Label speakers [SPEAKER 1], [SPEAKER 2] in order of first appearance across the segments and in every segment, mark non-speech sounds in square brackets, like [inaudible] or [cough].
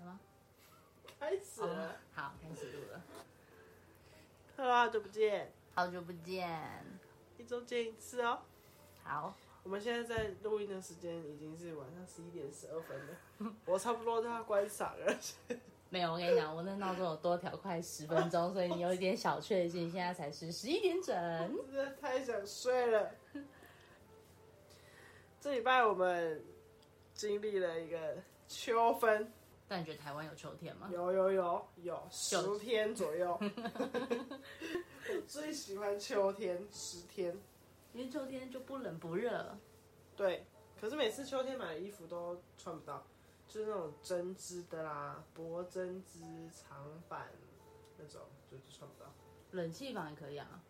[SPEAKER 1] 了吗？
[SPEAKER 2] 开始
[SPEAKER 1] 哦
[SPEAKER 2] 了，
[SPEAKER 1] 好，开始录了。
[SPEAKER 2] 哈喽，好久不见，
[SPEAKER 1] 好久不见，
[SPEAKER 2] 一周见一次哦。
[SPEAKER 1] 好，
[SPEAKER 2] 我们现在在录音的时间已经是晚上十一点十二分了，我差不多都要关场了。
[SPEAKER 1] 没有，我跟你讲，我那闹钟有多调快十分钟，所以你有一点小确幸，现在才是十一点整。
[SPEAKER 2] 真的太想睡了。这礼拜我们经历了一个秋分，
[SPEAKER 1] 但你觉得台湾有秋天吗？
[SPEAKER 2] 有有有有十天左右。我最喜欢秋天，十天。
[SPEAKER 1] 因为秋天就不冷不热，
[SPEAKER 2] 对，可是每次秋天买的衣服都穿不到，就是那种针织的啦，薄针织长版那种，就就穿不到。
[SPEAKER 1] 冷气房也可以啊。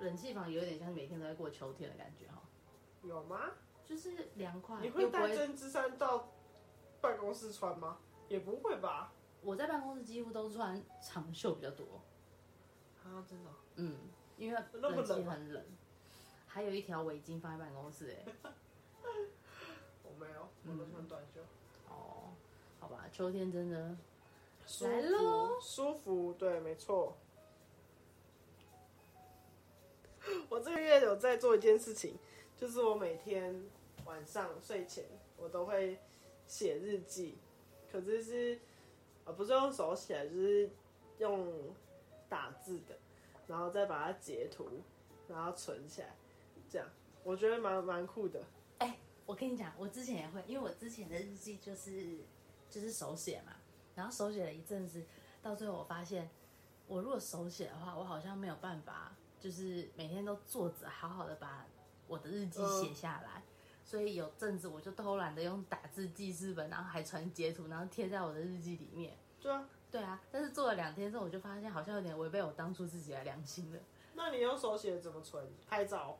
[SPEAKER 1] 冷气房有点像每天都在过秋天的感觉哈、
[SPEAKER 2] 有吗？
[SPEAKER 1] 就是凉快，
[SPEAKER 2] 你
[SPEAKER 1] 又
[SPEAKER 2] 会
[SPEAKER 1] 不
[SPEAKER 2] 带
[SPEAKER 1] 会。
[SPEAKER 2] 针织衫到办公室穿吗？也不会吧。
[SPEAKER 1] 我在办公室几乎都穿长袖比较多，
[SPEAKER 2] 啊，真的哦、
[SPEAKER 1] 嗯，因为
[SPEAKER 2] 那么
[SPEAKER 1] 冷气
[SPEAKER 2] 冷吗
[SPEAKER 1] 很冷，还有一条围巾放在办公室、欸，
[SPEAKER 2] 我没有，我都穿短袖。
[SPEAKER 1] 哦，好吧，秋天真的
[SPEAKER 2] 舒
[SPEAKER 1] 来
[SPEAKER 2] 服
[SPEAKER 1] 喽，
[SPEAKER 2] 舒服，对，没错。 [laughs] 我这个月有在做一件事情，就是我每天晚上睡前我都会写日记，可是是呃不是用手写，就是用打字的，然后再把它截图，然后存起来，这样我觉得蛮蛮酷的。
[SPEAKER 1] 哎、我跟你讲，我之前也会，因为我之前的日记就是就是手写嘛，然后手写了一阵子，到最后我发现，我如果手写的话，我好像没有办法，就是每天都坐着好好的把我的日记写下
[SPEAKER 2] 嗯
[SPEAKER 1] 来。所以有阵子我就偷懒的用打字记事本，然后还传截图，然后贴在我的日记里面。
[SPEAKER 2] 对啊，
[SPEAKER 1] 对啊，但是做了两天之后，我就发现好像有点违背我当初自己的良心了。
[SPEAKER 2] 那你用手写怎么存？拍照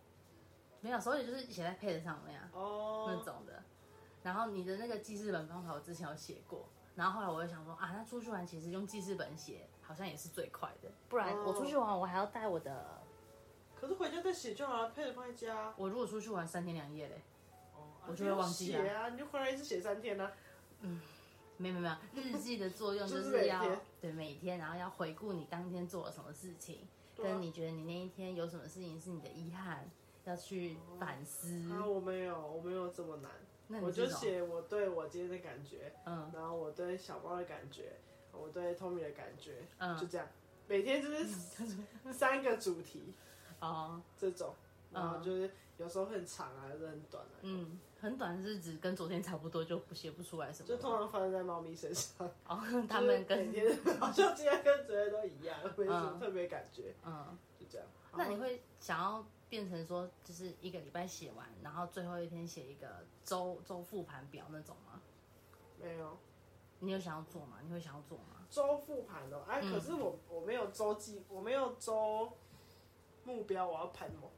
[SPEAKER 1] 没有，所以就是写在配子上面啊。
[SPEAKER 2] 哦，
[SPEAKER 1] 那种的。然后你的那个记事本方法，我之前有写过。然后后来我就想说啊，那出去玩其实用记事本写好像也是最快的，不然
[SPEAKER 2] 哦
[SPEAKER 1] 我出去玩我还要带我的，
[SPEAKER 2] 可是回家再写就好了，配着放在家。
[SPEAKER 1] 我如果出去玩三天两夜嘞，
[SPEAKER 2] 哦
[SPEAKER 1] 我就会忘记啊
[SPEAKER 2] 写啊，你就回来一次写三天啊。
[SPEAKER 1] 没有没有没有，日记的作
[SPEAKER 2] [laughs]
[SPEAKER 1] 用就
[SPEAKER 2] 就是每
[SPEAKER 1] 是要
[SPEAKER 2] 天
[SPEAKER 1] 对每天，然后要回顾你当天做了什么事情，
[SPEAKER 2] 啊
[SPEAKER 1] 跟你觉得你那一天有什么事情是你的遗憾，要去反思。
[SPEAKER 2] 啊，我没有，我没有这么难，
[SPEAKER 1] 那你
[SPEAKER 2] 我就
[SPEAKER 1] 这种
[SPEAKER 2] 写我对我今天的感觉，
[SPEAKER 1] 嗯，
[SPEAKER 2] 然后我对小猫的感觉，我对 Tommy 的感觉，
[SPEAKER 1] 嗯
[SPEAKER 2] 就这样，每天就是
[SPEAKER 1] [laughs]
[SPEAKER 2] 三个主题
[SPEAKER 1] 哦，
[SPEAKER 2] 这种，
[SPEAKER 1] 嗯
[SPEAKER 2] 然后就是有时候很长啊，有时候很短啊，
[SPEAKER 1] 嗯，很短的日子跟昨天差不多，就写不出来什么
[SPEAKER 2] 就。通常发生在猫咪身上。
[SPEAKER 1] 哦， [laughs] 他们
[SPEAKER 2] 就是
[SPEAKER 1] 跟
[SPEAKER 2] 每天 [laughs] 好像今天跟昨天都一样，没什么
[SPEAKER 1] 嗯
[SPEAKER 2] 特别感觉，
[SPEAKER 1] 嗯。
[SPEAKER 2] 就这样。
[SPEAKER 1] 那你会想要变成说，就是一个礼拜写完，然后最后一天写一个周周复盘表那种吗？
[SPEAKER 2] 没有？
[SPEAKER 1] 你有想要做吗？你会想要做吗？
[SPEAKER 2] 周复盘的，哎、
[SPEAKER 1] 嗯
[SPEAKER 2] 可是我我没有周记，我没有周目标，我要盘什么？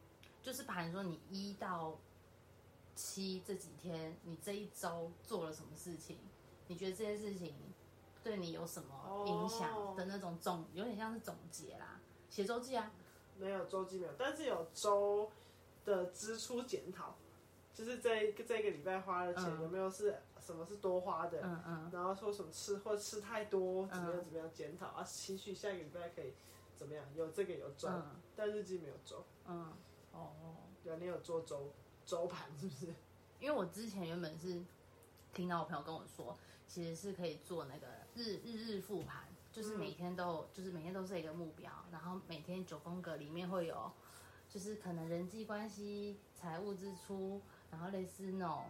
[SPEAKER 1] 就是盘说你一到七这几天，你这一周做了什么事情？你觉得这些事情对你有什么影
[SPEAKER 2] 哦
[SPEAKER 1] 响的那种总，有点像是总结啦，写周记啊。
[SPEAKER 2] 没有周记没有，但是有周的支出检讨，就是这一个这个礼拜花的钱、
[SPEAKER 1] 嗯
[SPEAKER 2] 有没有是什么是多花的，
[SPEAKER 1] 嗯嗯
[SPEAKER 2] 然后说什么吃或吃太多怎么样
[SPEAKER 1] 嗯
[SPEAKER 2] 怎么样检讨、啊，期许下个礼拜可以怎么样？有这个有周，
[SPEAKER 1] 嗯
[SPEAKER 2] 但日记没有周，
[SPEAKER 1] 嗯，哦。
[SPEAKER 2] 对啊，你有做周周盘是不是？
[SPEAKER 1] 因为我之前原本是听到我朋友跟我说，其实是可以做那个日日日复盘，就是每天都有、就是每天都是一个目标，然后每天九宫格里面会有，就是可能人际关系、财务支出，然后类似那种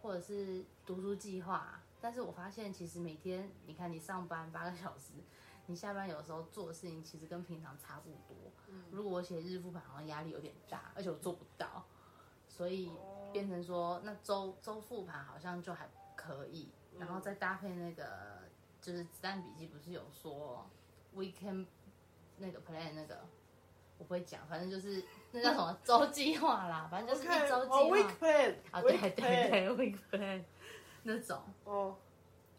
[SPEAKER 1] 或者是读书计划。但是我发现其实每天你看你上班八个小时，你下班有时候做的事情其实跟平常差不多。如果我写日复盘，好像压力有点大，而且我做不到。所以
[SPEAKER 2] 哦
[SPEAKER 1] 变成说，那周周复盘好像就还可以，
[SPEAKER 2] 嗯
[SPEAKER 1] 然后再搭配那个就是子弹笔记，不是有说 weekend 那个 plan 那个，我不会讲，反正就是那叫什么周计划啦，反正就是一
[SPEAKER 2] OK，
[SPEAKER 1] 周
[SPEAKER 2] 哦
[SPEAKER 1] 计
[SPEAKER 2] ，week
[SPEAKER 1] 划
[SPEAKER 2] plan，
[SPEAKER 1] 啊，对
[SPEAKER 2] week
[SPEAKER 1] 对
[SPEAKER 2] plan，
[SPEAKER 1] 对 week plan 那种，
[SPEAKER 2] 哦，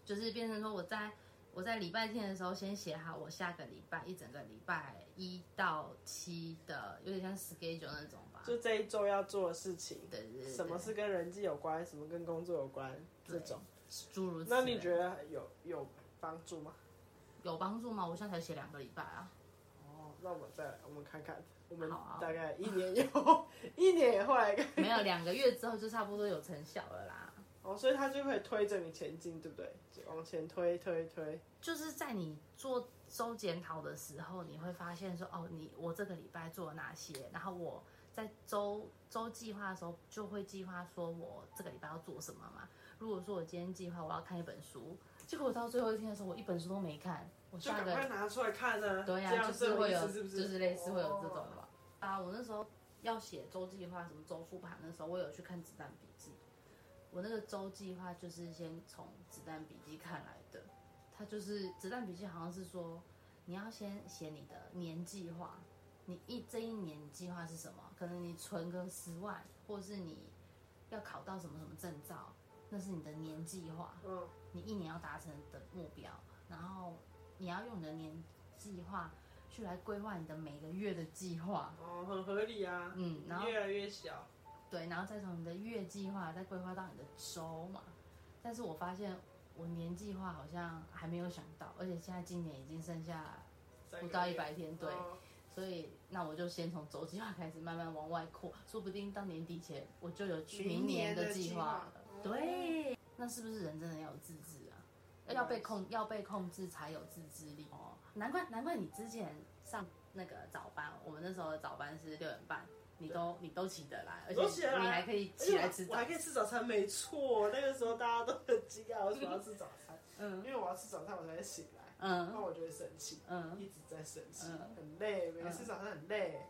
[SPEAKER 1] 就是变成说我在我在礼拜天的时候先写好我下个礼拜一整个礼拜一到七的，有点像 schedule 那种吧，
[SPEAKER 2] 就这一周要做的事情。
[SPEAKER 1] 对对对，
[SPEAKER 2] 什么是跟人际有关，什么跟工作有关这种，
[SPEAKER 1] 诸如此类。
[SPEAKER 2] 那你觉得有有帮助吗？
[SPEAKER 1] 有帮助吗？我现在才写两个礼拜啊。 [laughs]
[SPEAKER 2] 哦，那我们再来，我们看看，我们
[SPEAKER 1] 好啊
[SPEAKER 2] 大概一年以
[SPEAKER 1] [laughs]
[SPEAKER 2] 后，一年以后来看。
[SPEAKER 1] 没有两个月之后就差不多有成效了啦。
[SPEAKER 2] 哦，所以它就会推着你前进，对不对？就往前推推推。
[SPEAKER 1] 就是在你做周检讨的时候，你会发现说，哦，你我这个礼拜做了哪些，然后我在周周计划的时候就会计划说我这个礼拜要做什么嘛。如果说我今天计划我要看一本书，结果我到最后一天的时候，我一本书都没看，我
[SPEAKER 2] 就
[SPEAKER 1] 下
[SPEAKER 2] 赶
[SPEAKER 1] 个
[SPEAKER 2] 快拿出来看啊！
[SPEAKER 1] 对呀、
[SPEAKER 2] 这样
[SPEAKER 1] 就是会有，
[SPEAKER 2] 是不是？
[SPEAKER 1] 就是类似会有这种
[SPEAKER 2] 哦
[SPEAKER 1] 吧。啊，我那时候要写周计划，什么周复盘的时候，我有去看《子弹笔记》，我那个周计划就是先从《子弹笔记》看来的。它就是《子弹笔记》，好像是说你要先写你的年计划，你一这一年你计划是什么？可能你存个十万，或是你要考到什么什么证照，那是你的年计划。
[SPEAKER 2] 嗯，
[SPEAKER 1] 你一年要达成的目标，然后你要用你的年计划去来规划你的每个月的计划，
[SPEAKER 2] 哦，很合理啊。
[SPEAKER 1] 嗯，然后
[SPEAKER 2] 越来越小。
[SPEAKER 1] 对，然后再从你的月计划再规划到你的周嘛。但是我发现我年计划好像还没有想到，而且现在今年已经剩下
[SPEAKER 2] 再
[SPEAKER 1] 不到一
[SPEAKER 2] 一个月
[SPEAKER 1] 百天，对，
[SPEAKER 2] 哦
[SPEAKER 1] 所以那我就先从周计划开始慢慢往外扩，说不定到年底前我就有去
[SPEAKER 2] 明
[SPEAKER 1] 年
[SPEAKER 2] 年的计
[SPEAKER 1] 计
[SPEAKER 2] 划嗯
[SPEAKER 1] 划了。对，那是不是人真的要有自制啊？要被控，要被控制才有自制力哦。难怪，难怪你之前上那个早班，我们那时候的早班是六点半，你都你都起得来，而
[SPEAKER 2] 都起得
[SPEAKER 1] 且
[SPEAKER 2] 来哎
[SPEAKER 1] 你还可以起来吃
[SPEAKER 2] 我还
[SPEAKER 1] 早。
[SPEAKER 2] 可以吃早餐，没错。那个时候大家都很惊讶，为什么要吃早餐？因
[SPEAKER 1] 嗯
[SPEAKER 2] 为我哦要吃早餐，我才会醒来，那
[SPEAKER 1] 嗯
[SPEAKER 2] 我就会生气，
[SPEAKER 1] 嗯，
[SPEAKER 2] 一直在生气，
[SPEAKER 1] 嗯
[SPEAKER 2] 很累，每次吃早餐很累，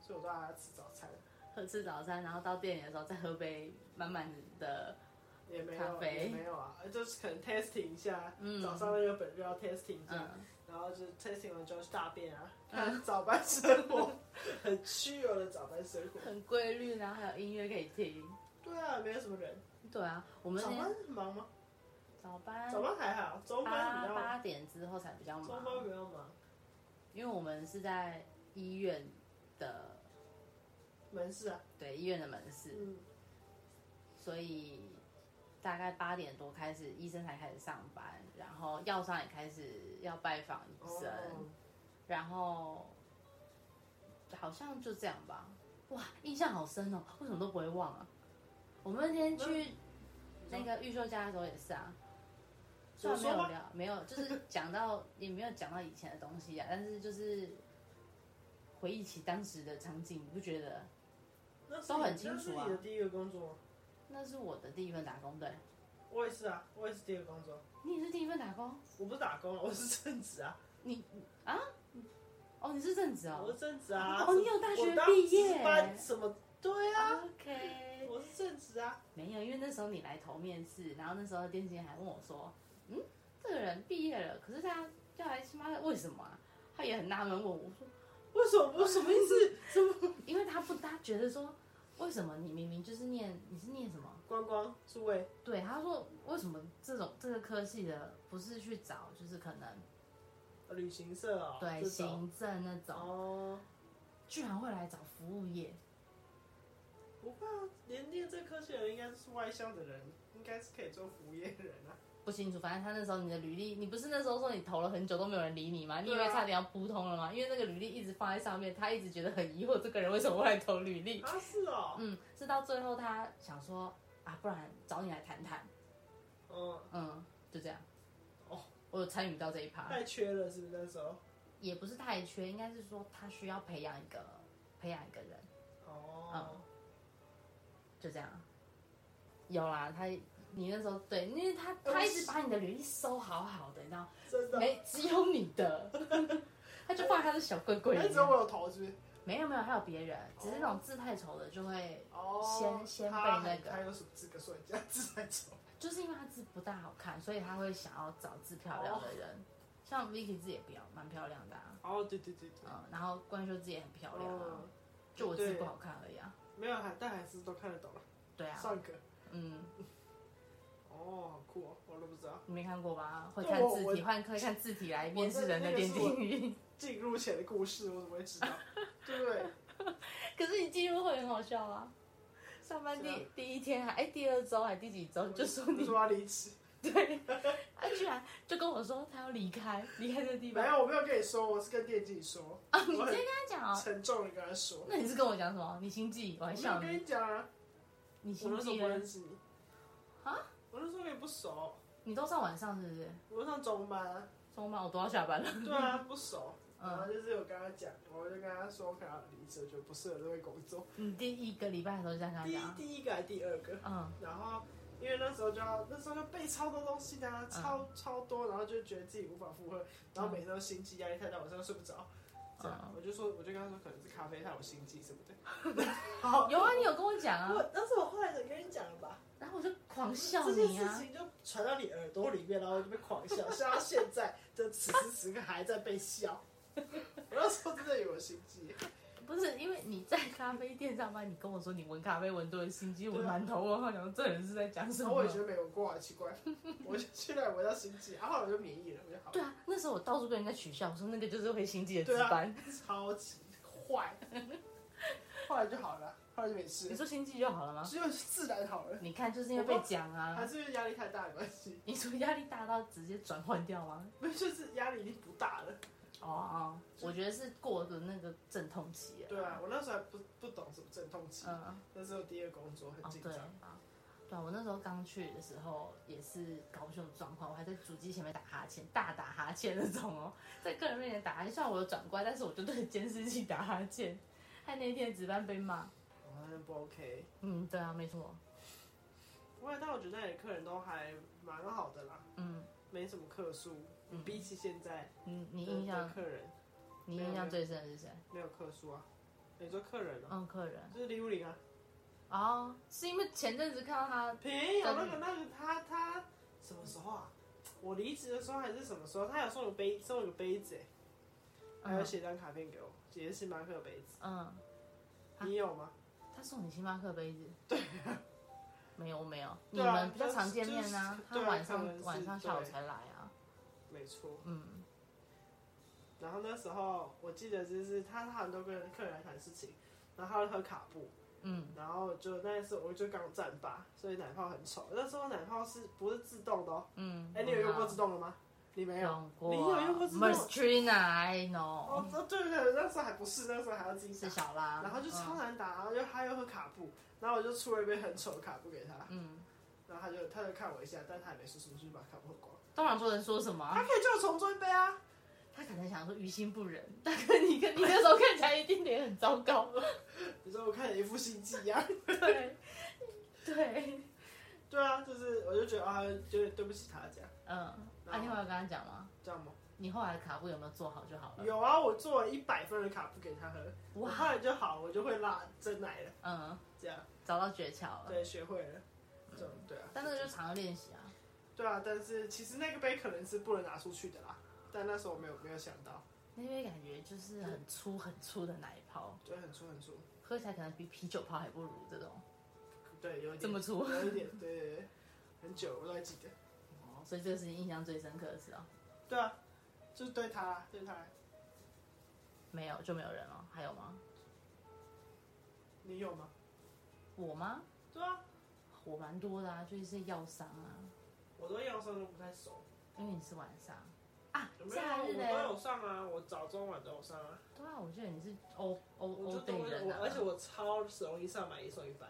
[SPEAKER 2] 所以我都要吃早餐，
[SPEAKER 1] 喝吃早餐，然后到店里的时候再喝杯满满的，
[SPEAKER 2] 也没
[SPEAKER 1] 咖
[SPEAKER 2] 有
[SPEAKER 1] 啡
[SPEAKER 2] 也没有啊，就是可能 testing 一下，
[SPEAKER 1] 嗯
[SPEAKER 2] 早上那个本就要 testing 一下，
[SPEAKER 1] 嗯，
[SPEAKER 2] 然后就 testing 完就要去大便啊，看早班生活，很虚有的早
[SPEAKER 1] [laughs]
[SPEAKER 2] 班生活。
[SPEAKER 1] 很规律，然后还有音乐可以听。
[SPEAKER 2] 对啊，没有什么人。
[SPEAKER 1] 对啊，我们
[SPEAKER 2] 早
[SPEAKER 1] 那天
[SPEAKER 2] 班很忙吗？
[SPEAKER 1] 早班
[SPEAKER 2] 早班还好，中班
[SPEAKER 1] 八
[SPEAKER 2] 比较忙，
[SPEAKER 1] 八点之后才比较
[SPEAKER 2] 中
[SPEAKER 1] 忙，
[SPEAKER 2] 班比较忙，
[SPEAKER 1] 因为我们是在医院的
[SPEAKER 2] 门市啊，
[SPEAKER 1] 对医院的门市，
[SPEAKER 2] 嗯。
[SPEAKER 1] 所以大概八点多开始，医生才开始上班，然后药商也开始要拜访医生，
[SPEAKER 2] 哦
[SPEAKER 1] 然后好像就这样吧。哇，印象好深哦，为什么都不会忘啊？我们那天去那个玉秀家的时候也是啊，虽然没
[SPEAKER 2] 有说
[SPEAKER 1] 有
[SPEAKER 2] 吗
[SPEAKER 1] 聊，没有
[SPEAKER 2] [laughs]
[SPEAKER 1] 就是讲到也没有讲到以前的东西啊，但是就是回忆起当时的场景，你不觉得
[SPEAKER 2] 那是
[SPEAKER 1] 都很
[SPEAKER 2] 你
[SPEAKER 1] 清楚
[SPEAKER 2] 那
[SPEAKER 1] 啊
[SPEAKER 2] 是你的第一个工作吗？
[SPEAKER 1] 那是我的第一份打工？对，
[SPEAKER 2] 我也是啊，我也是第一个工作。
[SPEAKER 1] 你也是第一份打工
[SPEAKER 2] 我不是打工啊，我是正职啊，
[SPEAKER 1] 哦，你是正职
[SPEAKER 2] 我
[SPEAKER 1] 哦
[SPEAKER 2] 是正职啊。
[SPEAKER 1] 哦你有大学
[SPEAKER 2] 我当
[SPEAKER 1] 毕业
[SPEAKER 2] 值班什么？对啊，
[SPEAKER 1] ，OK，
[SPEAKER 2] 我是正职啊。
[SPEAKER 1] 没有，因为那时候你来投面试，然后那时候店经还问我说，嗯，这个人毕业了，可是他要来他妈的为什么啊？他也很纳闷问我，我说，
[SPEAKER 2] 为什么不？什么意
[SPEAKER 1] [laughs]
[SPEAKER 2] 思？
[SPEAKER 1] 因为他不，他觉得说，为什么你明明就是念你是念什么？
[SPEAKER 2] 观光诸位，
[SPEAKER 1] 对，他说为什么这种这个科系的不是去找就是可能
[SPEAKER 2] 旅行社啊、哦，
[SPEAKER 1] 对
[SPEAKER 2] 这种
[SPEAKER 1] 行政那种，
[SPEAKER 2] 哦，
[SPEAKER 1] 居然会来找服务业，
[SPEAKER 2] 不会啊，连念这科系的人应该是外向的人，应该是可以做服务业的人啊。
[SPEAKER 1] 不清楚，反正他那时候你的履历，你不是那时候说你投了很久都没有人理你吗？你以为差点要扑通了吗？因为那个履历一直放在上面，他一直觉得很疑惑，这个人为什么会来投履历？
[SPEAKER 2] 啊，是哦，
[SPEAKER 1] 嗯，是到最后他想说啊，不然找你来谈谈，
[SPEAKER 2] 嗯，
[SPEAKER 1] 嗯，就这样。
[SPEAKER 2] 哦，
[SPEAKER 1] 我有参与到这一趴，
[SPEAKER 2] 太缺了，是不是那时候？
[SPEAKER 1] 也不是太缺，应该是说他需要培养一个培养一个人，
[SPEAKER 2] 哦，
[SPEAKER 1] 嗯就这样。有啦，他你那时候对，因为他他一直把你的履历收好好的，你知道吗。
[SPEAKER 2] 真的。
[SPEAKER 1] 没，只有你的， [laughs] 他就放在他的小柜柜
[SPEAKER 2] 那
[SPEAKER 1] 里
[SPEAKER 2] 只有
[SPEAKER 1] 面。
[SPEAKER 2] 我有投资
[SPEAKER 1] 没有没有，还有别人，只是那种字太丑的就会，
[SPEAKER 2] 哦，
[SPEAKER 1] 先先被
[SPEAKER 2] 他
[SPEAKER 1] 那个
[SPEAKER 2] 他有什么资格说人家自来熟？
[SPEAKER 1] 就是因为他字不大好看，所以他会想要找字漂亮的人。像 Vicky 字也比较蛮漂亮的啊，
[SPEAKER 2] 哦，对对对对，
[SPEAKER 1] 嗯，然后关秀字也很漂亮啊，
[SPEAKER 2] 哦
[SPEAKER 1] 就我字不好看而已啊。
[SPEAKER 2] 没有还但还是都看得懂了。
[SPEAKER 1] 对啊，
[SPEAKER 2] 上个
[SPEAKER 1] 嗯，
[SPEAKER 2] 哦，好酷哦，我都不知道。
[SPEAKER 1] 你没看过吧？会
[SPEAKER 2] 对
[SPEAKER 1] 看
[SPEAKER 2] 我
[SPEAKER 1] 字体，
[SPEAKER 2] 我
[SPEAKER 1] 换会看字体来面试人的
[SPEAKER 2] 那个
[SPEAKER 1] 电
[SPEAKER 2] 是我
[SPEAKER 1] 竞语。
[SPEAKER 2] 进入前的故事我怎么会
[SPEAKER 1] [laughs]
[SPEAKER 2] 知道？对不对？
[SPEAKER 1] 可是你进入会很好笑啊。上班
[SPEAKER 2] 是
[SPEAKER 1] 第
[SPEAKER 2] 啊
[SPEAKER 1] 第一天还哎第二周还第几周
[SPEAKER 2] 我
[SPEAKER 1] 就说你
[SPEAKER 2] 说要离职，
[SPEAKER 1] [laughs] 对，他居然就跟我说他要离开，离开这个地方
[SPEAKER 2] 没。有，我没有跟你说，我是跟电竞说，
[SPEAKER 1] [laughs] 啊，你
[SPEAKER 2] 我
[SPEAKER 1] 直接
[SPEAKER 2] 很
[SPEAKER 1] 跟他讲哦。
[SPEAKER 2] 沉重的跟他说。
[SPEAKER 1] 那你是跟我讲什么？你心悸，我
[SPEAKER 2] 我
[SPEAKER 1] 还
[SPEAKER 2] 没有
[SPEAKER 1] 笑
[SPEAKER 2] 跟
[SPEAKER 1] 你。
[SPEAKER 2] 你讲啊，
[SPEAKER 1] 你
[SPEAKER 2] 我
[SPEAKER 1] 心
[SPEAKER 2] 那时候
[SPEAKER 1] 悸了
[SPEAKER 2] 不认识你，
[SPEAKER 1] 啊？
[SPEAKER 2] 我那时候跟你不熟，
[SPEAKER 1] 你都上晚上是不是？
[SPEAKER 2] 我上中班
[SPEAKER 1] [laughs]
[SPEAKER 2] 啊，
[SPEAKER 1] 中班我都要下班了。
[SPEAKER 2] 对啊，不熟。
[SPEAKER 1] 嗯
[SPEAKER 2] 然后就是我跟他讲，我就跟他说，可能要离职，我觉得不适合这份工作。
[SPEAKER 1] 你第一个礼拜的时候就这样跟他
[SPEAKER 2] 第一
[SPEAKER 1] 讲啊。
[SPEAKER 2] 第一个还是第二个？
[SPEAKER 1] 嗯，
[SPEAKER 2] 然后因为那时候就要那时候就背超多东西的、
[SPEAKER 1] 嗯
[SPEAKER 2] 啊，超、超多，然后就觉得自己无法负荷，然后每天都心悸压力太大，晚上都睡不着。这样，
[SPEAKER 1] 嗯
[SPEAKER 2] 我就说，我就跟他说，可能是咖啡害我心悸什么的。 [laughs]
[SPEAKER 1] 有啊，你有跟我讲啊，
[SPEAKER 2] 我但是我后来才跟你讲了吧，
[SPEAKER 1] 然后我就狂笑
[SPEAKER 2] 这件
[SPEAKER 1] 你
[SPEAKER 2] 事
[SPEAKER 1] 啊。
[SPEAKER 2] 情就传到你耳朵里面，然后就被狂笑，笑到现在，就此时此刻还在被笑。 [laughs] 我那时候真的以为我心悸，
[SPEAKER 1] 不是因为你在咖啡店上班，你跟我说你闻咖啡闻多了心机，
[SPEAKER 2] 对
[SPEAKER 1] 闻
[SPEAKER 2] 啊
[SPEAKER 1] 馒头，我好想说这人是在讲什
[SPEAKER 2] 然
[SPEAKER 1] 么
[SPEAKER 2] 后我也觉？得没有过啊，奇
[SPEAKER 1] [laughs]
[SPEAKER 2] 怪，我就去那里闻到心悸，啊然后来我就免疫了，我就好了。
[SPEAKER 1] 对啊，那时候我到处被人家取笑，我说那个就是会心机的值
[SPEAKER 2] 对啊
[SPEAKER 1] 班。
[SPEAKER 2] 超级坏，后来就好了，后来就没事
[SPEAKER 1] 你，说心机就好了吗？
[SPEAKER 2] 只有自然好了，
[SPEAKER 1] 你看，就是因为被讲
[SPEAKER 2] 还 [laughs]
[SPEAKER 1] 啊。
[SPEAKER 2] 是因为压力太大的关系， [laughs]
[SPEAKER 1] 你说压力大到直接转换掉吗？
[SPEAKER 2] 不是就是压力已经不大了。
[SPEAKER 1] 哦哦，我觉得是过了那个阵痛期了。
[SPEAKER 2] 对啊，我那时候还不不懂什么阵痛期，
[SPEAKER 1] 嗯，
[SPEAKER 2] 那时候第一个工作很
[SPEAKER 1] 哦
[SPEAKER 2] 紧
[SPEAKER 1] 对
[SPEAKER 2] 张，
[SPEAKER 1] 啊，对啊，我那时候刚去的时候也是搞不清楚状况，我还在主机前面打哈欠，大打哈欠那种哦，在客人面前打哈欠，虽然我有转过来，但是我就对监视器打哈欠，害那一天值班被骂。
[SPEAKER 2] 我好像不 OK。
[SPEAKER 1] 嗯，对啊，没错，
[SPEAKER 2] 不过但我觉得那里客人都还蛮好的啦，
[SPEAKER 1] 嗯
[SPEAKER 2] 没什么客诉，
[SPEAKER 1] 嗯
[SPEAKER 2] 比起现在
[SPEAKER 1] 你你
[SPEAKER 2] 你
[SPEAKER 1] 印象
[SPEAKER 2] 客人
[SPEAKER 1] 你印象最深的是谁？
[SPEAKER 2] 没有客诉啊，你说客人啊，
[SPEAKER 1] 嗯，客人
[SPEAKER 2] 就是李武林啊，
[SPEAKER 1] 哦，是因为前阵子看到他，
[SPEAKER 2] 没有啊那个那个他他什么时候啊？我离职的时候还是什么时候？他有送我杯送我个杯子、欸，还有
[SPEAKER 1] 嗯
[SPEAKER 2] 写张卡片给我，也是星巴克的杯子。
[SPEAKER 1] 嗯，啊
[SPEAKER 2] 你有吗？
[SPEAKER 1] 他送你星巴克杯子，对、 [laughs] 没有没有，你
[SPEAKER 2] 对啊
[SPEAKER 1] 们比较
[SPEAKER 2] 就是
[SPEAKER 1] 常见面啊，
[SPEAKER 2] 就是
[SPEAKER 1] 他
[SPEAKER 2] 对啊
[SPEAKER 1] 晚
[SPEAKER 2] 可能
[SPEAKER 1] 上
[SPEAKER 2] 是
[SPEAKER 1] 晚上下午
[SPEAKER 2] 对
[SPEAKER 1] 才来啊，
[SPEAKER 2] 没错。
[SPEAKER 1] 嗯。
[SPEAKER 2] 然后那时候我记得就是他他很多跟客人来谈事情，然后他会喝卡布，
[SPEAKER 1] 嗯，
[SPEAKER 2] 然后就那一次我就刚站吧，所以奶泡很丑。那时候奶泡是不是自动的、哦？
[SPEAKER 1] 嗯，
[SPEAKER 2] 哎、你有用过自动的吗？你没有。
[SPEAKER 1] 用过？
[SPEAKER 2] 你有用过自动
[SPEAKER 1] m e r t r i n a I know，
[SPEAKER 2] 哦，哦对对对，那时候还不是，那时候还要自己
[SPEAKER 1] 是
[SPEAKER 2] [laughs] 打。
[SPEAKER 1] 小嗯拉，
[SPEAKER 2] 然后就超难打，然后又他又喝卡布，然后我就出了一杯很丑的卡布给他，
[SPEAKER 1] 嗯，
[SPEAKER 2] 然后他就他就看我一下，但他也没说什么，就是把卡布喝光。
[SPEAKER 1] 当然不能说什么啊
[SPEAKER 2] [laughs] 他，可以叫我重做一杯啊，
[SPEAKER 1] 他可能想说于心不忍， [laughs] 但跟你跟你那时候看起来一定脸很糟糕，
[SPEAKER 2] 你说我看你一副心机一样。
[SPEAKER 1] 对 [laughs] 对，
[SPEAKER 2] 啊 [laughs] 对啊，就是我就觉得啊，有点对不起他这样，
[SPEAKER 1] 嗯，
[SPEAKER 2] 哦啊
[SPEAKER 1] 那你后来有跟他讲吗？
[SPEAKER 2] 这样吗？
[SPEAKER 1] 你后来卡布有没有做好就好了？
[SPEAKER 2] 有啊，我做了一百分的卡布给他喝，我后
[SPEAKER 1] 哇，
[SPEAKER 2] 来就好，我就会拉真奶了，
[SPEAKER 1] 嗯，
[SPEAKER 2] 这样
[SPEAKER 1] 找到诀窍了，
[SPEAKER 2] 对，学会了。这种对啊，
[SPEAKER 1] 但那个就常常练习啊，
[SPEAKER 2] 对啊，但是其实那个杯可能是不能拿出去的啦，但那时候我没有没有想到，
[SPEAKER 1] 那边感觉就是很粗很粗的奶泡，
[SPEAKER 2] 就很粗很粗，
[SPEAKER 1] 喝起来可能比啤酒泡还不如这种
[SPEAKER 2] 对，有一点
[SPEAKER 1] 这么粗，
[SPEAKER 2] 有一点，对对对，很久我都还记得。
[SPEAKER 1] 哦所以这个是你印象最深刻的事哦。
[SPEAKER 2] 对啊，就是对他，对他，
[SPEAKER 1] 没有就没有人了，还有吗？
[SPEAKER 2] 你有吗？
[SPEAKER 1] 我吗？
[SPEAKER 2] 对啊，
[SPEAKER 1] 我蛮多的啊，就是药商啊，
[SPEAKER 2] 我都腰上都不太熟，
[SPEAKER 1] 因为你是晚上啊，
[SPEAKER 2] 有没有啊？
[SPEAKER 1] 假
[SPEAKER 2] 我
[SPEAKER 1] 日
[SPEAKER 2] 都
[SPEAKER 1] 嘞，
[SPEAKER 2] 有上啊，我早中晚都有上啊。
[SPEAKER 1] 对啊，我记得你是欧欧
[SPEAKER 2] 我
[SPEAKER 1] 欧
[SPEAKER 2] 就
[SPEAKER 1] 北
[SPEAKER 2] 都会
[SPEAKER 1] 人
[SPEAKER 2] 我
[SPEAKER 1] 啊，
[SPEAKER 2] 而且我超容易上买一送一班。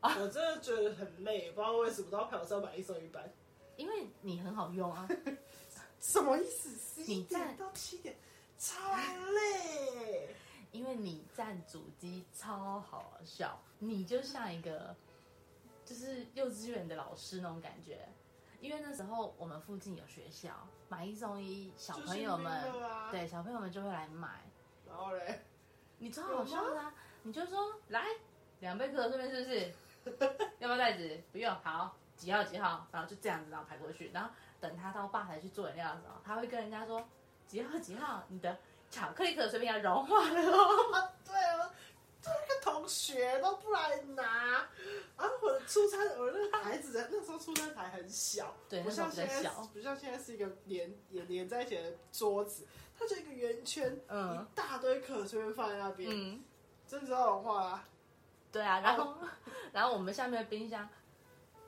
[SPEAKER 2] 我真的觉得很累，不知道为什么都要陪我上买一送一班。
[SPEAKER 1] 因为你很好用啊， [laughs]
[SPEAKER 2] 什么意思？十
[SPEAKER 1] 你在
[SPEAKER 2] 到七点，超累。
[SPEAKER 1] 因为你占主机超好笑，你就像一个就是幼稚园的老师那种感觉。因为那时候我们附近有学校买一送一，小朋友们
[SPEAKER 2] 就是那个啊
[SPEAKER 1] 对小朋友们就会来买，
[SPEAKER 2] 然后嘞，
[SPEAKER 1] 你超好笑的、啊，你就说来两杯可可这边是不 [laughs] 是？要不要袋子？不用，好，几号几号，然后就这样子，然后排过去，然后等他到吧台去做饮料的时候，他会跟人家说几号几号，你的巧克力可随便要融化了哦。
[SPEAKER 2] 啊，对啊，那个同学都不来拿。然后我的出餐，我那个台子的那时候出餐台很小，
[SPEAKER 1] 对
[SPEAKER 2] 不像
[SPEAKER 1] 那时候
[SPEAKER 2] 现
[SPEAKER 1] 比较
[SPEAKER 2] 在
[SPEAKER 1] 小
[SPEAKER 2] 不像现在是一个连也连在一起的桌子，它就一个圆圈，
[SPEAKER 1] 嗯
[SPEAKER 2] 一大堆可随便放在那边，
[SPEAKER 1] 嗯，
[SPEAKER 2] 真的要融化啊。
[SPEAKER 1] 对啊，然后然后我们下面的冰箱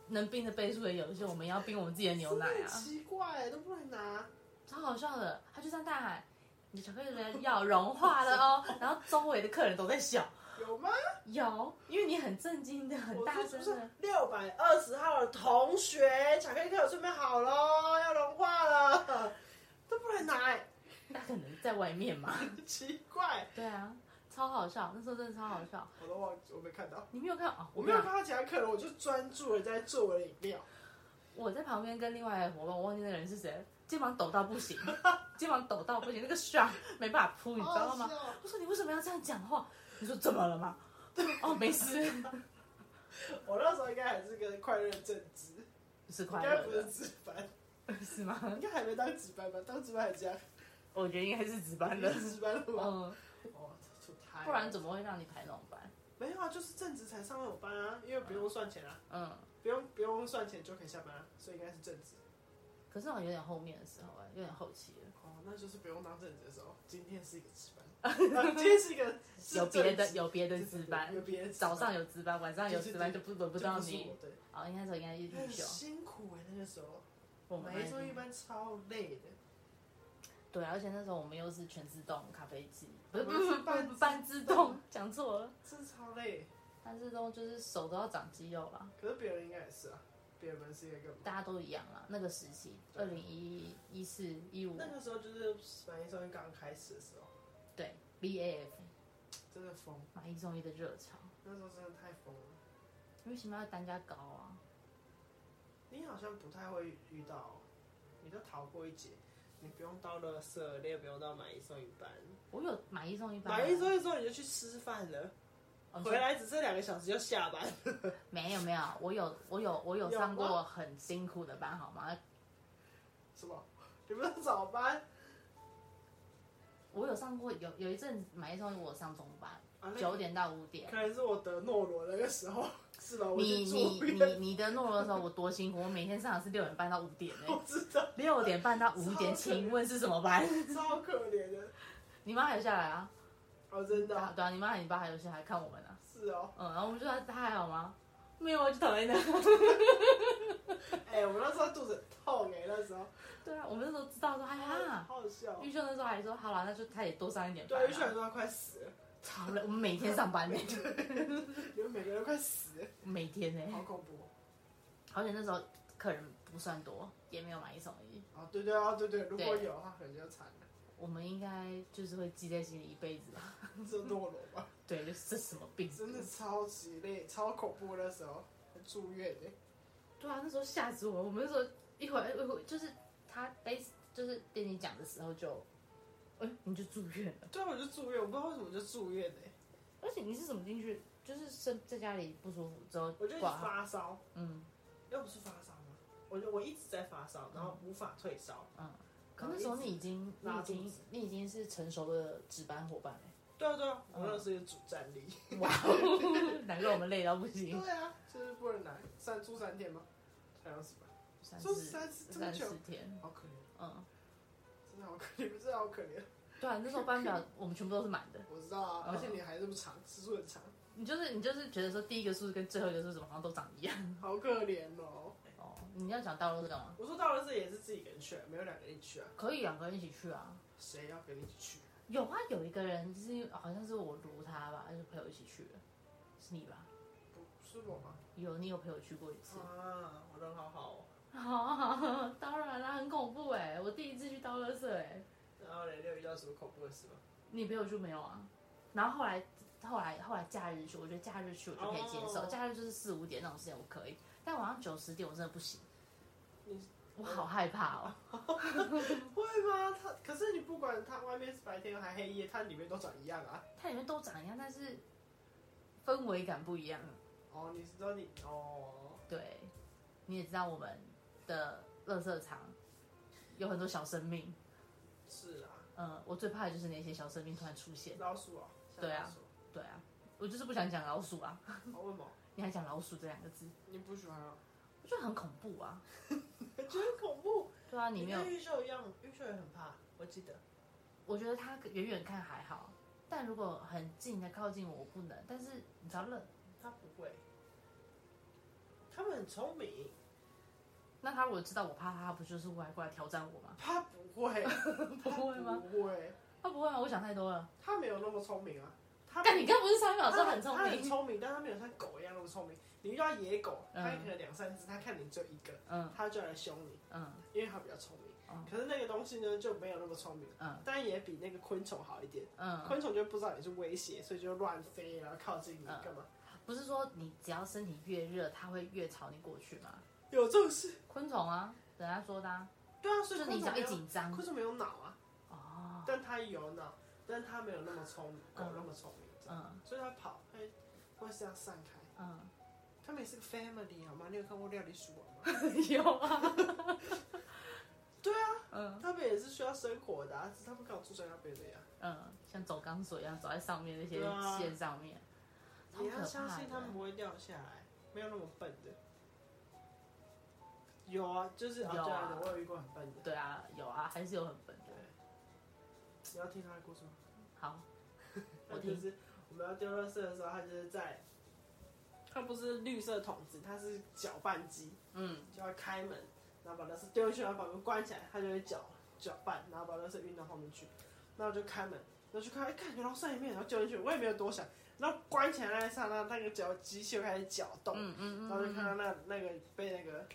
[SPEAKER 1] 能冰的倍数也有限，我们也要冰我们自己的牛奶
[SPEAKER 2] 真的
[SPEAKER 1] 啊
[SPEAKER 2] 很，奇怪、都不能拿。
[SPEAKER 1] 超好笑的。他就这样大喊：“你的巧克力人要融化了哦！”然后周围的客人都在笑，
[SPEAKER 2] 有吗？
[SPEAKER 1] 有，因为你很震惊的、很
[SPEAKER 2] 我
[SPEAKER 1] 大
[SPEAKER 2] 说
[SPEAKER 1] 声
[SPEAKER 2] 不
[SPEAKER 1] 的
[SPEAKER 2] 是，六百二十号的同学，巧克力课有准备好喽，要融化了，都不能拿、欸，
[SPEAKER 1] 他可能在外面
[SPEAKER 2] [laughs]
[SPEAKER 1] 嘛。
[SPEAKER 2] 奇怪。
[SPEAKER 1] 对啊，超好笑，那时候真的超好笑。
[SPEAKER 2] 我都忘记，我没看到，
[SPEAKER 1] 你没有看哦？
[SPEAKER 2] 我没有看到其他客人，我就专注的在做我的饮料。
[SPEAKER 1] 我在旁边跟另外一个伙伴，我忘记那个人是
[SPEAKER 2] [laughs]
[SPEAKER 1] 谁，肩膀抖到不行，肩膀抖到不行，那个 s 没办法哦扑，你知道吗
[SPEAKER 2] 好好笑？
[SPEAKER 1] 我说你为什么要这样讲话？你说怎么了吗？哦，没事，
[SPEAKER 2] [laughs] 哦我那时候应该还是个快乐正职，
[SPEAKER 1] 是
[SPEAKER 2] 应
[SPEAKER 1] 快
[SPEAKER 2] 该
[SPEAKER 1] 乐
[SPEAKER 2] 不是
[SPEAKER 1] 的，
[SPEAKER 2] 值班，
[SPEAKER 1] 是吗？
[SPEAKER 2] 应该还没当值班吧？当值班还这样，
[SPEAKER 1] 我觉得应该是值班
[SPEAKER 2] 你
[SPEAKER 1] 的，
[SPEAKER 2] [laughs] 是值啊班了吗？
[SPEAKER 1] 嗯，
[SPEAKER 2] 哦，出太
[SPEAKER 1] 不然怎
[SPEAKER 2] 么？
[SPEAKER 1] 么会让你排那种班？
[SPEAKER 2] 没有啊，就是正职才上那种班啊，因为不用算钱啊，
[SPEAKER 1] 嗯，
[SPEAKER 2] 不用不用算钱就可以下班啊，所以应该是正职。
[SPEAKER 1] 可是那种有点后面的时候、哎，有点后期了，
[SPEAKER 2] 哦，那就是不用当正职的时候。今天是一个值 [laughs] 班，啊今天是一个是
[SPEAKER 1] 有别的
[SPEAKER 2] 正职
[SPEAKER 1] 有别的值班
[SPEAKER 2] 有，别的值班
[SPEAKER 1] 早上有值班，晚上有值班，就不轮不到
[SPEAKER 2] 就不是
[SPEAKER 1] 你
[SPEAKER 2] 我。对，
[SPEAKER 1] 哦，应该说应该是预
[SPEAKER 2] 很
[SPEAKER 1] 休，
[SPEAKER 2] 辛苦哎、那个时候
[SPEAKER 1] 我们那
[SPEAKER 2] 每一桌
[SPEAKER 1] 已
[SPEAKER 2] 一
[SPEAKER 1] 经
[SPEAKER 2] 般超累的，
[SPEAKER 1] 对，而且那时候我们又是全自动咖啡机，不是
[SPEAKER 2] 我
[SPEAKER 1] 不
[SPEAKER 2] 们
[SPEAKER 1] 是
[SPEAKER 2] 是
[SPEAKER 1] 半
[SPEAKER 2] 半
[SPEAKER 1] 自
[SPEAKER 2] 自
[SPEAKER 1] 半自动，讲错了。
[SPEAKER 2] 真的超累。
[SPEAKER 1] 半自动就是手都要长肌肉了，
[SPEAKER 2] 可是别人应该也是啊，别人是一个更
[SPEAKER 1] 大家都一样啦。那个时期，二
[SPEAKER 2] 对
[SPEAKER 1] 零一一四一五
[SPEAKER 2] 那，个时候就是买一送一刚开始的时候，
[SPEAKER 1] 对 B A F
[SPEAKER 2] 真的疯，
[SPEAKER 1] 买一送一的热潮，
[SPEAKER 2] 那时候真的太疯了。
[SPEAKER 1] 为什么要单价高啊？
[SPEAKER 2] 你好像不太会遇到，你都逃过一劫。你不用到乐色，你也不用到买一送一班，
[SPEAKER 1] 我有买一送一吧？
[SPEAKER 2] 买一送一之后你就去吃饭了，
[SPEAKER 1] 哦你说
[SPEAKER 2] 回来只剩两个小时就下班。
[SPEAKER 1] 没有没有，我有我有我有
[SPEAKER 2] 有
[SPEAKER 1] 上过
[SPEAKER 2] 吗
[SPEAKER 1] 很辛苦的班，好吗？
[SPEAKER 2] 什么？你不是早班？
[SPEAKER 1] 我有上过有有一阵子买一送一，我有上中班
[SPEAKER 2] 啊，那
[SPEAKER 1] 九点到五点
[SPEAKER 2] 可。能是我得诺罗那个时候，是吧？我
[SPEAKER 1] 你
[SPEAKER 2] 去
[SPEAKER 1] 你
[SPEAKER 2] 住
[SPEAKER 1] 你
[SPEAKER 2] 院，
[SPEAKER 1] 你的诺罗的时候，我多辛苦，我每天上的是六点半到五点呢、[laughs]
[SPEAKER 2] [laughs] 我知道，
[SPEAKER 1] 六点半到五
[SPEAKER 2] 超可
[SPEAKER 1] 点，
[SPEAKER 2] 怜
[SPEAKER 1] 请问是什么 [laughs] 班？
[SPEAKER 2] 超可怜的。
[SPEAKER 1] 你妈还有下来啊？
[SPEAKER 2] 哦，真的
[SPEAKER 1] 啊
[SPEAKER 2] 啊
[SPEAKER 1] 对啊，你妈和你爸还有下来看我们啊。
[SPEAKER 2] 是哦。
[SPEAKER 1] 嗯，然后我们就说他还好吗？没有，啊，就躺在那。
[SPEAKER 2] 哎、我们那时候肚子很痛哎、那时候，
[SPEAKER 1] [laughs] 对啊，我们那时候知道说，哎呀，
[SPEAKER 2] 好好笑。
[SPEAKER 1] 玉秀那时候还说，好了，那就他也多上一点班、啊。
[SPEAKER 2] 对，玉泉说他快死了，
[SPEAKER 1] 超累，我们 [laughs] 每天上班呢、欸
[SPEAKER 2] 你们每个人都快死了，
[SPEAKER 1] 每天呢、
[SPEAKER 2] 好恐怖哦。
[SPEAKER 1] 而且那时候客人不算多，也没有买一送一，
[SPEAKER 2] 哦，对对哦，对对，如果
[SPEAKER 1] 对
[SPEAKER 2] 有的话，可能就惨了，
[SPEAKER 1] 我们应该就是会记在心里一辈子吧。
[SPEAKER 2] 只有诺罗吧。
[SPEAKER 1] 对，就是这什么病？
[SPEAKER 2] 真的超级累，超恐怖那时候，还住院哎、
[SPEAKER 1] 对啊，那时候吓死我！我们那时候一会儿一会儿就是他被就是跟你讲的时候就，哎、你就住院了。
[SPEAKER 2] 对啊，我就住院，我不知道为什么就住院哎、
[SPEAKER 1] 而且你是怎么进去？就是生在家里不舒服之后
[SPEAKER 2] 我就一直
[SPEAKER 1] 挂号，
[SPEAKER 2] 发烧。
[SPEAKER 1] 嗯
[SPEAKER 2] 又不是发烧吗？我就我一直在发烧，然后无法退烧。
[SPEAKER 1] 嗯。可那时候你已经你已
[SPEAKER 2] 拉肚
[SPEAKER 1] 经
[SPEAKER 2] 子
[SPEAKER 1] 你已经是成熟的值班伙伴了、
[SPEAKER 2] 对啊对啊，我那是主战力。
[SPEAKER 1] 哇， [laughs] 难怪我们累到不行。
[SPEAKER 2] [laughs] 对啊，就是不能来，三住三天吗？好像是吧，
[SPEAKER 1] [laughs] 三
[SPEAKER 2] 住
[SPEAKER 1] 十
[SPEAKER 2] 三次这么
[SPEAKER 1] 三
[SPEAKER 2] 久
[SPEAKER 1] 十，天，
[SPEAKER 2] 好可怜，
[SPEAKER 1] 嗯，
[SPEAKER 2] 真的好可怜，真的好可怜。
[SPEAKER 1] 对啊，那时候班 [laughs] 表我们全部都是满的。
[SPEAKER 2] 我知道啊，
[SPEAKER 1] 嗯
[SPEAKER 2] 而且你还这么长，时数很长，
[SPEAKER 1] 你就是你就是觉得说第一个数字跟最后一个数字好像都长一样。
[SPEAKER 2] 好可怜哦。
[SPEAKER 1] 哦，你要讲大陆这个吗？
[SPEAKER 2] 我说到了这也是自己一个人去啊，没有两个人一起去啊，
[SPEAKER 1] 可以两个人一起去啊。
[SPEAKER 2] 谁要跟你一起去？
[SPEAKER 1] 有啊，有一个人就是好像是我撸他吧，就是陪我一起去的，是你吧？
[SPEAKER 2] 不是我吗？
[SPEAKER 1] 有，你有陪我去过一次。
[SPEAKER 2] 啊，我人好好哦。
[SPEAKER 1] 哦，当然啦，很恐怖哎、我第一次去倒垃圾哎、
[SPEAKER 2] 然后雷六遇到什么恐怖的事吗？
[SPEAKER 1] 你陪我去没有啊？然后后来后来后来假日去，我觉得假日去我就可以接受
[SPEAKER 2] 哦
[SPEAKER 1] 假日就是四五点那种时间我可以，但晚上九十点我真的不行
[SPEAKER 2] 你，
[SPEAKER 1] 我好害怕哦。
[SPEAKER 2] 会吗？他可是你不管它外面是白天还黑夜，它里面都长一样啊。
[SPEAKER 1] 它里面都长一样，但是氛围感不一样。
[SPEAKER 2] 哦，你知道你哦，
[SPEAKER 1] 对，你也知道我们的垃圾场有很多小生命。
[SPEAKER 2] 是啊，
[SPEAKER 1] 嗯，我最怕的就是那些小生命突然出现。
[SPEAKER 2] 老鼠啊，像
[SPEAKER 1] 对啊
[SPEAKER 2] 老鼠，
[SPEAKER 1] 对啊，我就是不想讲老鼠啊，
[SPEAKER 2] 哦，为什么？
[SPEAKER 1] 你还讲老鼠这两个字，
[SPEAKER 2] 你不喜欢啊？
[SPEAKER 1] 我觉得很恐怖啊。
[SPEAKER 2] 我哎觉得恐怖。
[SPEAKER 1] 对啊，你没有
[SPEAKER 2] 跟，玉秀一样，玉秀也很怕，我记得。
[SPEAKER 1] 我觉得它远远看还好，但如果很近的靠近我，我不能。但是你知道，乐
[SPEAKER 2] 他不会，他们很聪明，
[SPEAKER 1] 那他如果知道我怕他，他不就是会来过来挑战
[SPEAKER 2] [laughs]
[SPEAKER 1] 我吗？
[SPEAKER 2] 他不会，
[SPEAKER 1] 不 [laughs] 会吗？
[SPEAKER 2] 不会，
[SPEAKER 1] 他不会吗？我想太多了。
[SPEAKER 2] 他没有那么聪明啊。他
[SPEAKER 1] 但你刚不是三秒
[SPEAKER 2] 他
[SPEAKER 1] 说很聪
[SPEAKER 2] 他很
[SPEAKER 1] 明？
[SPEAKER 2] 聪明，但他没有像狗一样那么聪明。你遇到野狗，
[SPEAKER 1] 嗯
[SPEAKER 2] 它可能两三只，它看你只有一个，
[SPEAKER 1] 嗯
[SPEAKER 2] 它就来凶你，
[SPEAKER 1] 嗯
[SPEAKER 2] 因为它比较聪明。
[SPEAKER 1] 哦
[SPEAKER 2] 可是那个东西呢，就没有那么聪明，
[SPEAKER 1] 嗯
[SPEAKER 2] 但也比那个昆虫好一点。
[SPEAKER 1] 嗯，
[SPEAKER 2] 昆虫就不知道你是威胁，所以就乱飞，然后靠近你干嘛？
[SPEAKER 1] 不是说你只要身体越热，它会越朝你过去吗？
[SPEAKER 2] 有这种事？
[SPEAKER 1] 昆虫啊，人家说的、啊，
[SPEAKER 2] 对啊，所
[SPEAKER 1] 就是
[SPEAKER 2] 以昆
[SPEAKER 1] 你只
[SPEAKER 2] 虫
[SPEAKER 1] 要
[SPEAKER 2] 没
[SPEAKER 1] 一
[SPEAKER 2] 有，
[SPEAKER 1] 紧张，
[SPEAKER 2] 昆虫没有脑啊，
[SPEAKER 1] 哦，
[SPEAKER 2] 但它有脑，但它没有那么聪明，狗
[SPEAKER 1] 嗯
[SPEAKER 2] 那么聪明，这样
[SPEAKER 1] 嗯
[SPEAKER 2] 所以它跑，它会是要散开。
[SPEAKER 1] 嗯，
[SPEAKER 2] [laughs] 它们也是个 family 好吗？你有看过《料理鼠 [laughs] 王》吗？
[SPEAKER 1] 有啊，
[SPEAKER 2] 对
[SPEAKER 1] 啊，嗯
[SPEAKER 2] 它们也是需要生活的、啊，只是它们刚好住在那边的啊呀。
[SPEAKER 1] 嗯，像走钢索一样走在上面那些
[SPEAKER 2] 对啊
[SPEAKER 1] 线上面，超
[SPEAKER 2] 你
[SPEAKER 1] 可怕
[SPEAKER 2] 要
[SPEAKER 1] 的
[SPEAKER 2] 相信他们不会掉下来，没有那么笨的。有啊，就是
[SPEAKER 1] 有啊
[SPEAKER 2] 对啊，我有遇过很笨的。
[SPEAKER 1] 对啊，有啊，还是有很笨的。
[SPEAKER 2] 你要听他的故事吗？
[SPEAKER 1] 好，我
[SPEAKER 2] 他就是我们要丢垃圾的时候，他就是在，他不是绿色桶子，它是搅拌机，
[SPEAKER 1] 嗯
[SPEAKER 2] 就要开门，然后把垃圾丢进去，然后把门关起来，它就会搅搅拌，然后把垃圾运到后面去。然后我就开门，然后去看，哎，看有垃圾在里面，然后丢进去，我也没有多想。然后关起来那一刹那，那个搅机器就开始搅动，
[SPEAKER 1] 嗯嗯
[SPEAKER 2] 然后就
[SPEAKER 1] 嗯
[SPEAKER 2] 看到那那个被那个，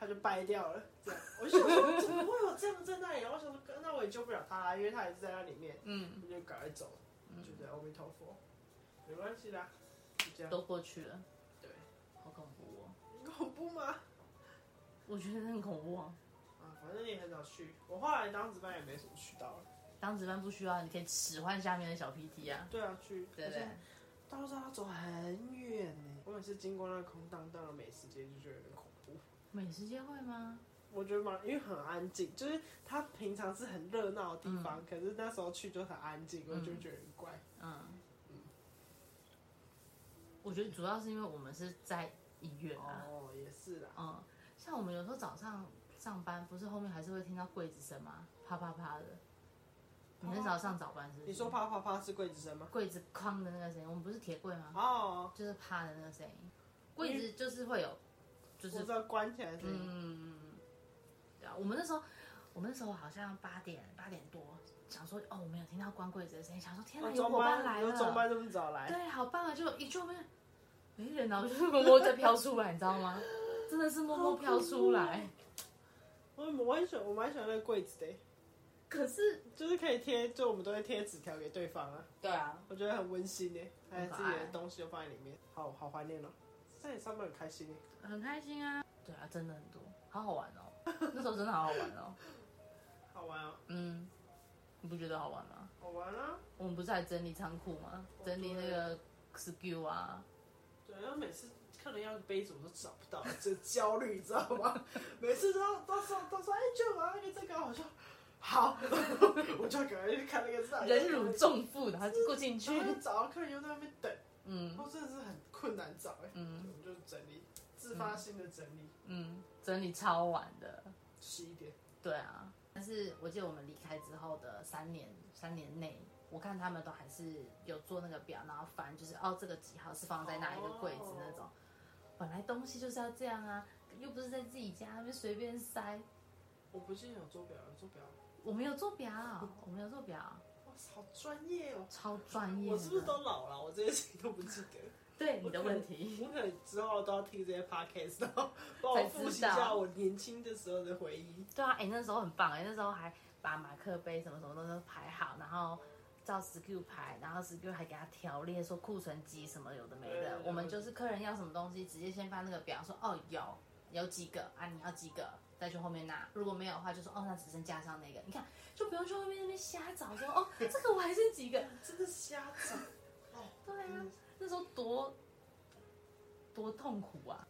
[SPEAKER 2] 他就掰掉了，这样，我就想说怎么会有这样在那里？然后我想说，那我也救不了他，因为他也是在那里面，
[SPEAKER 1] 嗯
[SPEAKER 2] 我就赶快走，就觉得阿弥陀佛，没关系啦，就这
[SPEAKER 1] 嗯，
[SPEAKER 2] 样，
[SPEAKER 1] 都过去了，
[SPEAKER 2] 对，
[SPEAKER 1] 好恐怖哦！
[SPEAKER 2] 恐怖吗？
[SPEAKER 1] 我觉得很恐怖哦。
[SPEAKER 2] 啊，反正也很少去，我后来当值班也没什么去到了，
[SPEAKER 1] 当值班不需要，你可以使唤下面的小 PT 啊，
[SPEAKER 2] 对啊，去，
[SPEAKER 1] 对不对
[SPEAKER 2] 而且？道路上要走很远呢，我每次经过那个空荡荡的美食街就觉得有点恐怖。
[SPEAKER 1] 美食街会吗？
[SPEAKER 2] 我觉得蛮，因为很安静，就是它平常是很热闹的地方，可是那时候去就很安静，我就觉得很怪。
[SPEAKER 1] 嗯，我觉得主要是因为我们是在医院啊，
[SPEAKER 2] 哦，也是啦，
[SPEAKER 1] 嗯，像我们有时候早上上班，不是后面还是会听到柜子声吗？啪啪啪的。你很少上早班是不是？
[SPEAKER 2] 哦你说啪啪啪是柜子声吗？
[SPEAKER 1] 柜子哐的那个声音，我们不是铁柜吗？
[SPEAKER 2] 哦，
[SPEAKER 1] 就是啪的那个声音，柜子就是会有，就
[SPEAKER 2] 我
[SPEAKER 1] 是
[SPEAKER 2] 知道关起来的声音。
[SPEAKER 1] 嗯，对啊，我们那时候，我们那时候好像八点八点多，想说哦，我们有听到关柜子的声音，想说天哪，
[SPEAKER 2] 哦
[SPEAKER 1] 哎有
[SPEAKER 2] 中
[SPEAKER 1] 伙伴来
[SPEAKER 2] 班，有中
[SPEAKER 1] 了，
[SPEAKER 2] 班这么早来，
[SPEAKER 1] 嗯对，好棒啊！就一去后面没人啊，我 [laughs] 就是默默在飘出来，你知道吗？真的是默默飘出来，
[SPEAKER 2] 我我很喜欢，我蛮喜欢那个柜子的，
[SPEAKER 1] 可是
[SPEAKER 2] 就是可以贴，就我们都会贴纸条给对方啊，
[SPEAKER 1] [laughs] 对啊，
[SPEAKER 2] 我觉得很温馨呢，还有
[SPEAKER 1] 很
[SPEAKER 2] 自
[SPEAKER 1] 可爱
[SPEAKER 2] 己的东西都放在里面，好好怀念哦。在你上班很开心耶，
[SPEAKER 1] 很开心啊，对啊，真的很多，好好玩哦， [laughs] 那时候真的好好玩哦，
[SPEAKER 2] 好玩哦，
[SPEAKER 1] 嗯，你不觉得好玩吗？
[SPEAKER 2] 好玩啊！
[SPEAKER 1] 我们不是还整理仓库吗？整理那个 SKU 啊，
[SPEAKER 2] 对，然后每次客人要的杯子我都找不到，这焦虑你知道吗？每次都都说都说哎，就拿那个这个，我就好， [laughs] 我就赶快去看那个上
[SPEAKER 1] 忍辱重负，然后过进去 [laughs]
[SPEAKER 2] 然，后就找到客人又在那边等，
[SPEAKER 1] 嗯
[SPEAKER 2] 然后真的是很困难找哎、
[SPEAKER 1] 嗯
[SPEAKER 2] 我们就整理，自发性的整理，
[SPEAKER 1] 嗯，整理超晚的，
[SPEAKER 2] 十一点，
[SPEAKER 1] 对啊。但是我记得我们离开之后的三年，三年内，我看他们都还是有做那个表，然后翻就是哦，这个几号是放在哪一个柜子那种。
[SPEAKER 2] 哦
[SPEAKER 1] 本来东西就是要这样啊，又不是在自己家那边随便塞。
[SPEAKER 2] 我不记得有做表，有做表，
[SPEAKER 1] 我没有做表，我没有做表，
[SPEAKER 2] 哇，好专业哦！
[SPEAKER 1] 超专业的。
[SPEAKER 2] 我是不是都老了？我这些事情都不记得。
[SPEAKER 1] 对你的问题？
[SPEAKER 2] 我可能之后都要听这些 podcast，然后帮我复习一
[SPEAKER 1] 才知
[SPEAKER 2] 下
[SPEAKER 1] 道
[SPEAKER 2] 我年轻的时候的回忆。
[SPEAKER 1] 对啊，哎、那时候很棒哎、那时候还把马克杯什么什么都都排好，然后照 SKU 排，然后 SKU 还给他条列说库存几什么有的没
[SPEAKER 2] 对
[SPEAKER 1] 的
[SPEAKER 2] 对。
[SPEAKER 1] 我们就是客人要什么东西，直接先翻那个表说哦有有几个啊，你要几个。再去后面拿，如果没有的话，就说哦，那只剩加上那个，你看就不用去后面那边瞎找说哦，这个我还剩几个。
[SPEAKER 2] [laughs] 真的瞎找。哦，
[SPEAKER 1] 对啊，那时候多多痛苦啊！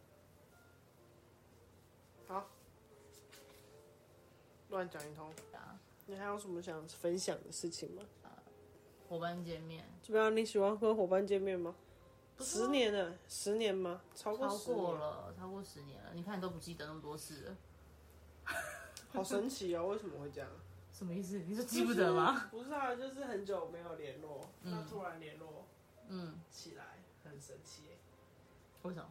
[SPEAKER 2] 好，乱讲一通。
[SPEAKER 1] 啊，
[SPEAKER 2] 你还有什么想分享的事情吗？
[SPEAKER 1] 伙伴见面
[SPEAKER 2] 怎么样？你喜欢跟伙伴见面吗？
[SPEAKER 1] 不是啊
[SPEAKER 2] 十年了，十年吗？超过
[SPEAKER 1] 超
[SPEAKER 2] 十
[SPEAKER 1] 过
[SPEAKER 2] 年，
[SPEAKER 1] 了，超过十年了，你看你都不记得那么多事了。
[SPEAKER 2] [laughs] 好神奇哦！为什么会这样？
[SPEAKER 1] 什么意思？你是记不得吗？
[SPEAKER 2] 就是？不是啊，就是很久没有联络，那突然联络
[SPEAKER 1] [laughs] 嗯，
[SPEAKER 2] 起来，很神奇耶。
[SPEAKER 1] 为什么？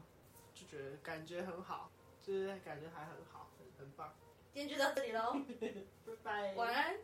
[SPEAKER 2] 就就觉得感觉很好，就是感觉还很好，很很棒。
[SPEAKER 3] 今天就到这里喽，
[SPEAKER 2] 拜拜。
[SPEAKER 3] 晚安。